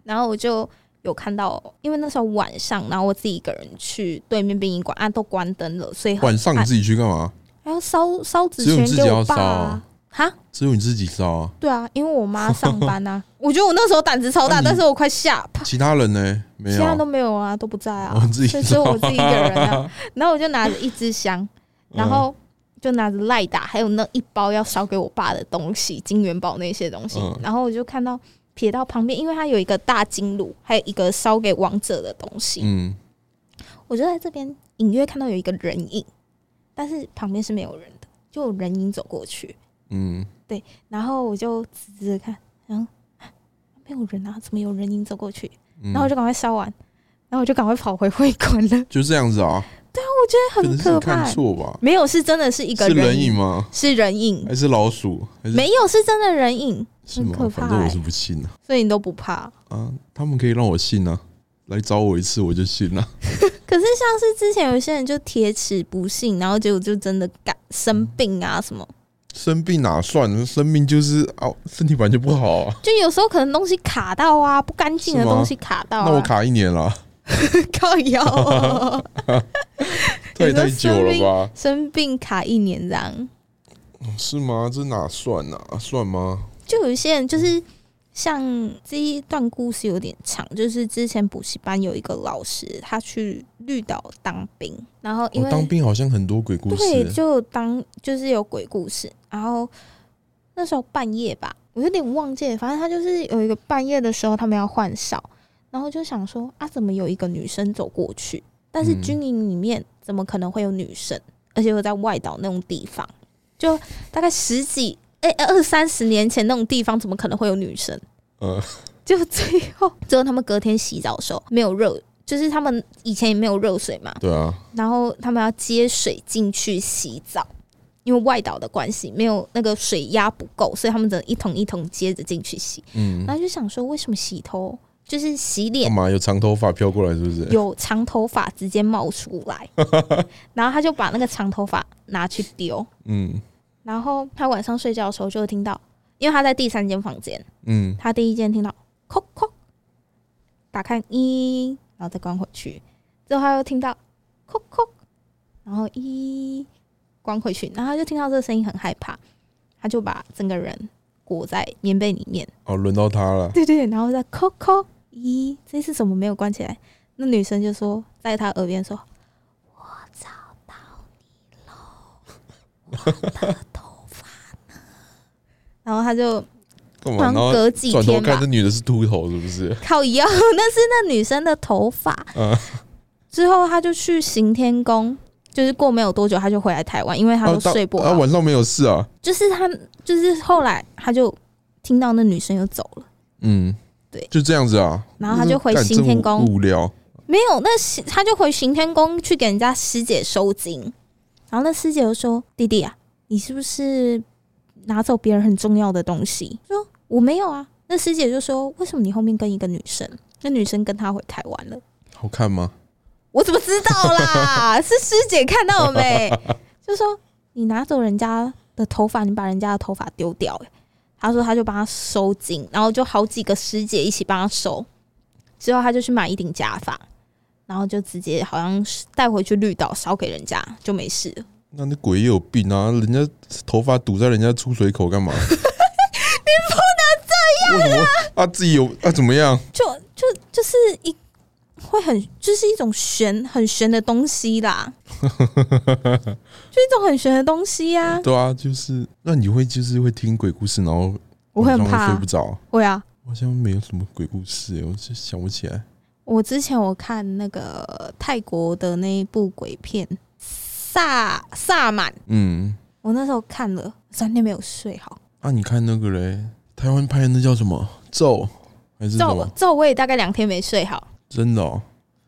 Speaker 1: 然后我就有看到，因为那时候晚上，然后我自己一个人去对面殡仪馆啊，都关灯了，所以很
Speaker 2: 晚上你
Speaker 1: 暗
Speaker 2: 自己去干嘛？
Speaker 1: 还要烧烧纸
Speaker 2: 只有你
Speaker 1: 钱
Speaker 2: 自己
Speaker 1: 给我
Speaker 2: 要
Speaker 1: 爸
Speaker 2: 烧
Speaker 1: 啊
Speaker 2: 啊
Speaker 1: 哈、
Speaker 2: 只有你自己烧啊，
Speaker 1: 对啊，因为我妈上班 啊，我觉得我那时候胆子超
Speaker 2: 那
Speaker 1: 大，
Speaker 2: 你
Speaker 1: 但是我快吓怕，
Speaker 2: 其他人呢？没
Speaker 1: 其
Speaker 2: 有
Speaker 1: 他
Speaker 2: 啊
Speaker 1: 都，没有啊，都不在啊
Speaker 2: 我，自己
Speaker 1: 所以只有
Speaker 2: 烧
Speaker 1: 我自己一个人啊。 然后我就拿着一支香，然
Speaker 2: 嗯
Speaker 1: 后就拿着赖打，还有那一包要烧给我爸的东西，金元宝那些东西
Speaker 2: 嗯。
Speaker 1: 然后我就看到撇到旁边，因为它有一个大金炉，还有一个烧给王者的东西。
Speaker 2: 嗯，
Speaker 1: 我就在这边隐约看到有一个人影，但是旁边是没有人的，就有人影走过去。
Speaker 2: 嗯，
Speaker 1: 然后我就仔细地看，然后没有人啊，怎么有人影走过去？
Speaker 2: 嗯
Speaker 1: 然后我就赶快烧完，然后我就赶快跑回会馆了，
Speaker 2: 就这样子啊，
Speaker 1: 这
Speaker 2: 可
Speaker 1: 很
Speaker 2: 能是
Speaker 1: 可
Speaker 2: 你
Speaker 1: 怕
Speaker 2: 看
Speaker 1: 欸。
Speaker 2: 错吧？
Speaker 1: 没有，是真的是一个
Speaker 2: 是人
Speaker 1: 影
Speaker 2: 影，吗？
Speaker 1: 是人影，
Speaker 2: 还是老鼠？还是
Speaker 1: 没有是真的人影，
Speaker 2: 是吗
Speaker 1: 很？可怕
Speaker 2: 反正我
Speaker 1: 欸
Speaker 2: 是不信的
Speaker 1: 所以你都不怕。
Speaker 2: 啊，他们可以让我信啊，来找我一次我就信啊了。
Speaker 1: 可是像是之前有些人就铁齿不信，然后结果就真的感生病啊什么，
Speaker 2: 生病哪算？生病就是哦，身体本来就不好啊。
Speaker 1: 就有时候可能东西卡到啊，不干净的
Speaker 2: 是吗
Speaker 1: 东西卡到、啊，
Speaker 2: 那我卡一年了，
Speaker 1: 靠腰 哦、
Speaker 2: 这也
Speaker 1: 你说
Speaker 2: 太久了吧？
Speaker 1: 生病卡一年这样。
Speaker 2: 是吗？这哪算啊？算吗？
Speaker 1: 就有一些人
Speaker 2: 嗯
Speaker 1: 就是像这一段故事有点长，就是之前补习班有一个老师，他去绿岛当兵，然后因
Speaker 2: 我、
Speaker 1: 为、
Speaker 2: 哦当兵好像很多鬼故
Speaker 1: 对
Speaker 2: 事，
Speaker 1: 就有当就是有鬼故事，然后那时候半夜吧，我有点忘记了，反正他就是有一个半夜的时候，他们要换哨，然后就想说啊，怎么有一个女生走过去？但是
Speaker 2: 嗯
Speaker 1: 军营里面怎么可能会有女生？而且又在外岛那种地方，就大概十几哎、二三十年前那种地方，怎么可能会有女生？
Speaker 2: 呃，
Speaker 1: 结果最后， 只有他们隔天洗澡的时候没有热，就是他们以前也没有热水嘛，
Speaker 2: 对啊，
Speaker 1: 然后他们要接水进去洗澡，因为外岛的关系没有那个水压不够，所以他们只能一桶一桶接着进去洗。
Speaker 2: 嗯，
Speaker 1: 然后就想说，为什么洗头就是洗
Speaker 2: 干
Speaker 1: 脸
Speaker 2: 嘛有长头发飘过来是不是？
Speaker 1: 有长头发直接冒出来？然后他就把那个长头发拿去丢，
Speaker 2: 嗯
Speaker 1: 然后他晚上睡觉的时候就会听到，因为他在第三间房间，
Speaker 2: 嗯，
Speaker 1: 他第一间听到“叩叩”，打开一，然后再关回去，之后他又听到“叩叩”，然后一关回去，然后他就听到这个声音很害怕，他就把整个人裹在棉被里面，
Speaker 2: 哦，轮到他了，
Speaker 1: 对对，然后再“叩叩”一，这次怎么没有关起来？那女生就说在他耳边说：“我找到你喽，我的头发呢？”然后他就
Speaker 2: 干嘛？
Speaker 1: 好像
Speaker 2: 然后
Speaker 1: 隔几
Speaker 2: 转头
Speaker 1: 天吧
Speaker 2: 看，这女的是秃头是不是？
Speaker 1: 靠腰， 那是那女生的头发。
Speaker 2: 嗯
Speaker 1: 之后他就去行天宫，就是过没有多久他就回来台湾，因为他都
Speaker 2: 啊到
Speaker 1: 睡不
Speaker 2: 啊，
Speaker 1: 好。
Speaker 2: 晚上没有事啊。
Speaker 1: 就是他，就是后来他就听到那女生又走了，
Speaker 2: 嗯，
Speaker 1: 对
Speaker 2: 就这样子啊。
Speaker 1: 然后他就回
Speaker 2: 干
Speaker 1: 行
Speaker 2: 真
Speaker 1: 天
Speaker 2: 无
Speaker 1: 宫
Speaker 2: 无聊，
Speaker 1: 没有，那行他就回行天宫去给人家师姐收金，然后那师姐就说：“弟弟啊，你是不是拿走别人很重要的东西？”说：“我没有啊。”那师姐就说：“为什么你后面跟一个女生？那女生跟他回台湾了。”
Speaker 2: 好看吗？
Speaker 1: 我怎么知道 啦？是师姐看到了没？ 就说你拿走人家的头发，你把人家的头发丢掉、欸。他说他就帮他收紧，然后就好几个师姐一起帮他收。之后他就去买一顶假发，然后就直接好像是带回去绿岛烧给人家，就没事了。
Speaker 2: 那那鬼也有病啊！人家头发堵在人家出水口 干嘛？你不能这样啊！啊，自己有啊，怎么样？
Speaker 1: 就就就是一会很就是一种玄很玄的东西 啦，就一种很玄的东西呀、
Speaker 2: 对啊，就是那你会就是会听鬼故事，然后
Speaker 1: 我会很
Speaker 2: 晚上
Speaker 1: 怕
Speaker 2: 睡不，着。
Speaker 1: 会啊。
Speaker 2: 我好像没有什么鬼故事、欸我就想不起来。
Speaker 1: 我之前我看那个泰国的那一部鬼片《萨萨满》，
Speaker 2: 嗯，
Speaker 1: 我那时候看了三天没有睡好，
Speaker 2: 啊，你看那个嘞，台湾拍的那叫什么咒还是什
Speaker 1: 咒
Speaker 2: 么？
Speaker 1: 咒我也大概两天没睡好，
Speaker 2: 真的哦。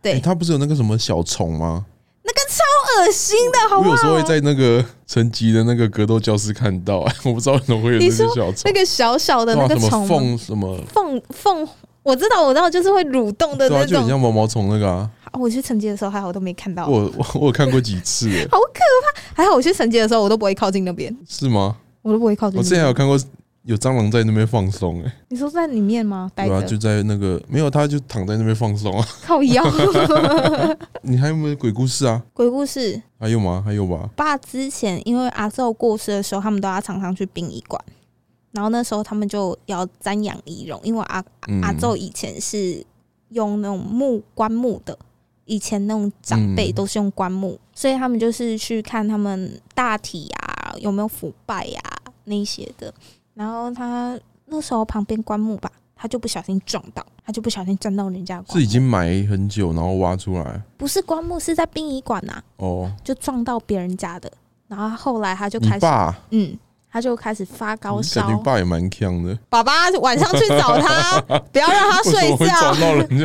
Speaker 1: 对
Speaker 2: 欸它不是有那个什么小虫吗？
Speaker 1: 那个超恶心的，好
Speaker 2: 我
Speaker 1: 不
Speaker 2: 有时候
Speaker 1: 好哦
Speaker 2: 会？在那个层级的那个格斗教室看到、 哎，我不知道怎么会有这
Speaker 1: 你
Speaker 2: 只
Speaker 1: 说
Speaker 2: 小虫
Speaker 1: 那，个小小的
Speaker 2: 对
Speaker 1: 那
Speaker 2: 啊，
Speaker 1: 个
Speaker 2: 什么
Speaker 1: 虫吗
Speaker 2: 凤什么，
Speaker 1: 凤凤，我知道，我知道，就是会蠕动的
Speaker 2: 对
Speaker 1: 那
Speaker 2: 啊，就很
Speaker 1: 种。
Speaker 2: 像毛毛虫那个啊，
Speaker 1: 啊我去承接的时候，还好我都没看到，
Speaker 2: 我我我有看过几次、哎
Speaker 1: 好可怕。还好我去承接的时候，我都不会靠近那边，
Speaker 2: 是吗？
Speaker 1: 我都不会靠近
Speaker 2: 我
Speaker 1: 那边。
Speaker 2: 之前还有看过有蟑螂在那边放松、哎，
Speaker 1: 你说在里面吗？待
Speaker 2: 对
Speaker 1: 着、
Speaker 2: 啊，就在那个没有，他就躺在那边放松啊。
Speaker 1: 靠腰。
Speaker 2: 你还有没有鬼故事啊？
Speaker 1: 鬼故事，
Speaker 2: 还有吗？还有吧？
Speaker 1: 爸之前因为阿寿过世的时候，他们都要常常去殡仪馆，然后那时候他们就要瞻仰仪容，因为阿
Speaker 2: 嗯，
Speaker 1: 阿昼以前是用那种木棺木的，以前那种长辈
Speaker 2: 嗯
Speaker 1: 都是用棺木，所以他们就是去看他们大体啊有没有腐败呀、那一些的。然后他那时候旁边棺木吧，他就不小心撞到，他就不小心撞到人家的棺
Speaker 2: 是
Speaker 1: 木
Speaker 2: 已经埋很久，然后挖出来
Speaker 1: 不是棺木，是在殡仪馆呐，
Speaker 2: 哦。
Speaker 1: 就撞到别人家的。然后后来他就
Speaker 2: 你
Speaker 1: 开始，
Speaker 2: 爸，
Speaker 1: 嗯，他就开始发高
Speaker 2: 我
Speaker 1: 烧
Speaker 2: 感。觉你爸也蛮强的，
Speaker 1: 爸爸晚上去找他， 不要让他
Speaker 2: 为什
Speaker 1: 睡
Speaker 2: 么会
Speaker 1: 觉
Speaker 2: 找。到 人
Speaker 1: 就是
Speaker 2: 家？
Speaker 1: 因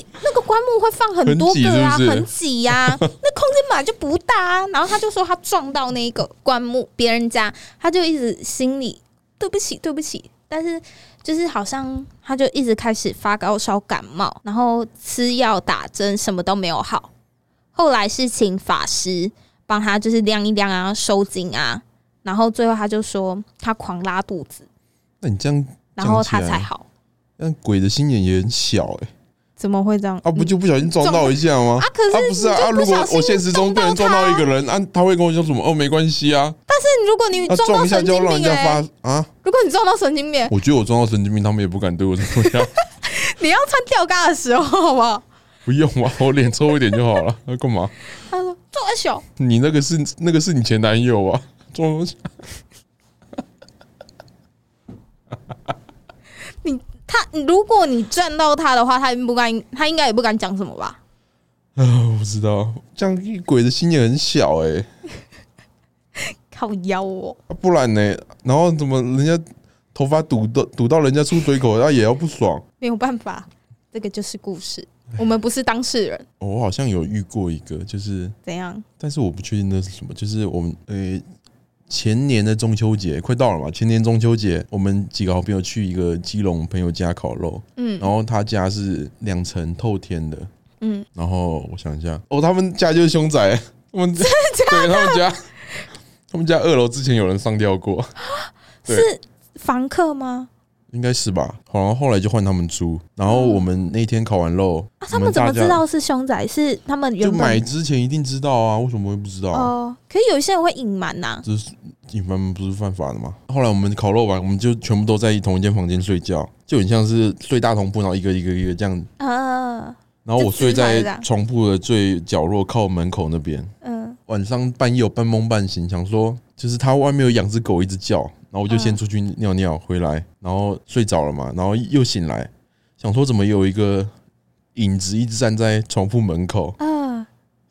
Speaker 1: 为那个棺木会放很多个啊，
Speaker 2: 很挤是不是
Speaker 1: 很挤 呀、那空间本来就不大啊。然后他就说他撞到那个棺木别人家，他就一直心里对不起对不起，但是就是好像他就一直开始发高烧、感冒，然后吃药、打针，什么都没有好。后来是请法师帮他就是晾一晾啊、收紧啊，然后最后他就说他狂拉肚子，
Speaker 2: 那你这样，
Speaker 1: 然后
Speaker 2: 讲
Speaker 1: 他
Speaker 2: 起来
Speaker 1: 才好。
Speaker 2: 那鬼的心眼也很小哎、
Speaker 1: 怎么会这样？
Speaker 2: 啊，不就不小心撞到一下吗
Speaker 1: 啊？可是
Speaker 2: 啊，不是啊，
Speaker 1: 你就
Speaker 2: 啊，
Speaker 1: 不
Speaker 2: 如果
Speaker 1: 小心
Speaker 2: 我现实中被人撞到一个人，啊，他会跟我说什么？哦，没关系啊，
Speaker 1: 但如果你
Speaker 2: 啊，
Speaker 1: 撞
Speaker 2: 撞
Speaker 1: 到
Speaker 2: 一下
Speaker 1: 神
Speaker 2: 就
Speaker 1: 经
Speaker 2: 要让人
Speaker 1: 病、
Speaker 2: 家
Speaker 1: 欸，
Speaker 2: 发啊。
Speaker 1: 如果你撞到神经病，
Speaker 2: 我觉得我撞到神经病，他们也不敢对我怎么样。
Speaker 1: 你要穿吊嘎的时候，好不好？
Speaker 2: 不用吧，我脸抽一点就好了。那干嘛？
Speaker 1: 他说撞得小，
Speaker 2: 你那个是那个是你前男友啊？撞
Speaker 1: 他如果你撞到他的话，他应不敢，他应该也不敢讲什么吧？
Speaker 2: 啊，我不知道，这样鬼的心眼很小哎、
Speaker 1: 靠腰哦，
Speaker 2: 啊不然呢、然后怎么人家头发堵到堵到人家出水口，他啊也要不爽。
Speaker 1: 没有办法，这个就是故事。我们不是当事人，
Speaker 2: 哦我好像有遇过一个，就是，
Speaker 1: 怎样？
Speaker 2: 但是我不确定那是什么，就是我们呃、前年的中秋节快到了嘛，前年中秋节我们几个好朋友去一个基隆朋友家烤肉，
Speaker 1: 嗯
Speaker 2: 然后他家是两层透天的，
Speaker 1: 嗯，
Speaker 2: 然后我想一下，哦，他们家就是凶宅，他们真的对他们家，他们家二楼之前有人上吊过，对
Speaker 1: 是房客吗？
Speaker 2: 应该是吧？好然后后来就换他们租，然后我们那天烤完肉，
Speaker 1: 啊，他们怎么
Speaker 2: 大家
Speaker 1: 知？道是凶宅？是他们
Speaker 2: 就
Speaker 1: 原
Speaker 2: 买
Speaker 1: 本
Speaker 2: 之前一定知道啊，为什么会不知道、啊？
Speaker 1: 哦，可是有一些人会隐瞒啊呐。
Speaker 2: 你们不是犯法的吗？后来我们烤肉完，我们就全部都在同一间房间睡觉，就很像是睡大同铺，然后一个一个一个这样，
Speaker 1: 呃
Speaker 2: 然后我
Speaker 1: 就
Speaker 2: 睡
Speaker 1: 支开的
Speaker 2: 在
Speaker 1: 啊
Speaker 2: 床铺的最角落，靠门口那边。
Speaker 1: 嗯
Speaker 2: 晚上半夜有半梦半醒，想说就是他外面有养只狗一直叫，然后我就先
Speaker 1: 嗯
Speaker 2: 出去尿尿，回来然后睡着了嘛，然后又醒来，想说怎么有一个影子一直站在床铺门口，
Speaker 1: 呃，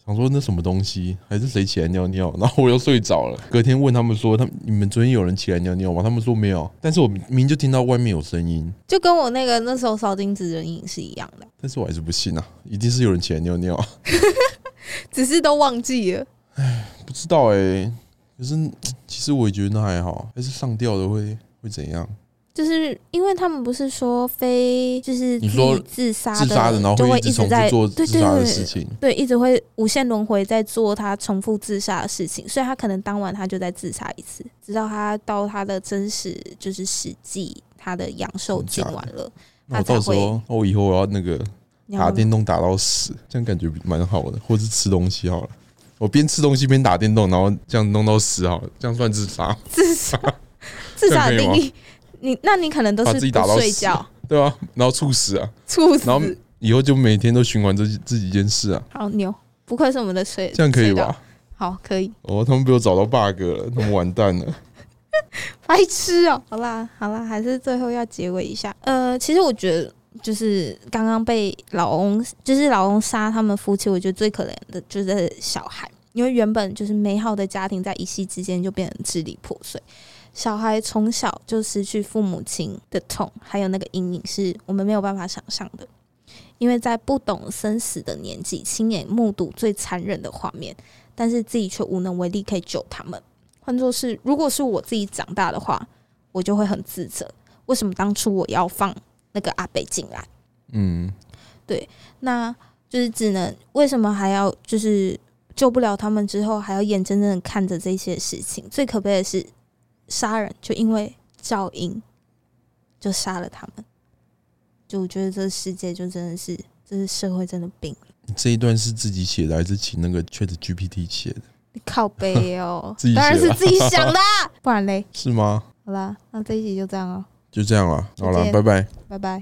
Speaker 2: 想说那什么东西，还是谁起来尿尿，然后我又睡着了。隔天问他们说，他们你们昨天有人起来尿尿吗？他们说没有，但是我明明就听到外面有声音，
Speaker 1: 就跟我那个那时候烧金纸人影是一样的，
Speaker 2: 但是我还是不信啊，一定是有人起来尿尿，
Speaker 1: 只是都忘记了。
Speaker 2: 不知道哎、可是其实我也觉得那还好，还是上吊的会会怎样？
Speaker 1: 就是因为他们不是说非就是
Speaker 2: 你说
Speaker 1: 自自杀
Speaker 2: 自杀的，然后
Speaker 1: 就
Speaker 2: 会
Speaker 1: 会
Speaker 2: 一直重
Speaker 1: 直
Speaker 2: 复
Speaker 1: 在
Speaker 2: 做
Speaker 1: 对
Speaker 2: 自
Speaker 1: 对
Speaker 2: 杀的事
Speaker 1: 对
Speaker 2: 情。
Speaker 1: 对，一直会无限轮回在做他重复自杀的事情，所以他可能当晚他就在自杀一次，直到他到他的真实就是实际他的阳寿尽完了，
Speaker 2: 那我到时候，那我以后我要那个
Speaker 1: 你要
Speaker 2: 嗯打
Speaker 1: 吗
Speaker 2: 电动打到死，这样感觉蛮好的，或是吃东西好了。我边吃东西边打电动，然后这样弄到死好了，这样算自杀吗，
Speaker 1: 自 杀自杀的
Speaker 2: 这
Speaker 1: 定
Speaker 2: 样可以
Speaker 1: 义，你那你可能都
Speaker 2: 把
Speaker 1: 是
Speaker 2: 自己打到
Speaker 1: 不睡
Speaker 2: 死
Speaker 1: 觉
Speaker 2: 对吧、然后猝死啊，
Speaker 1: 猝死
Speaker 2: 然，后以后就每天都循环这这几件事啊，
Speaker 1: 好牛，不愧是我们的水，
Speaker 2: 这样可以
Speaker 1: 水道？
Speaker 2: 吧？
Speaker 1: 好，可以，
Speaker 2: 哦，他们被我找到 bug 了，他们完蛋了。
Speaker 1: 白痴哦、好啦，好啦，还是最后要结尾一下。呃，其实我觉得就是刚刚被老翁，就是老翁杀他们夫妻，我觉得最可怜的就是小孩，因为原本就是美好的家庭，在一夕之间就变成支离破碎。小孩从小就失去父母亲的痛，还有那个阴影，是我们没有办法想象的。因为在不懂生死的年纪，亲眼目睹最残忍的画面，但是自己却无能为力可以救他们。换作是如果是我自己长大的话，我就会很自责，为什么当初我要放那个阿北进来？
Speaker 2: 嗯，
Speaker 1: 那就是只能为什么还要就是救不了他们之后，还要眼睁睁的看着这些事情？最可悲的是，杀人就因为噪音就杀了他们。就我觉得这世界就真的是，这是社会真的病。
Speaker 2: 这一段是自己写的还是请那个 Chat GPT 写的？
Speaker 1: 靠背哦
Speaker 2: 自己，写的
Speaker 1: 当然是 自己想 的啊，不然嘞。
Speaker 2: 是吗？
Speaker 1: 好啦，那这一集就这样哦，
Speaker 2: 就这样了，
Speaker 1: 再
Speaker 2: 好了，
Speaker 1: 见
Speaker 2: 拜拜。
Speaker 1: 拜拜。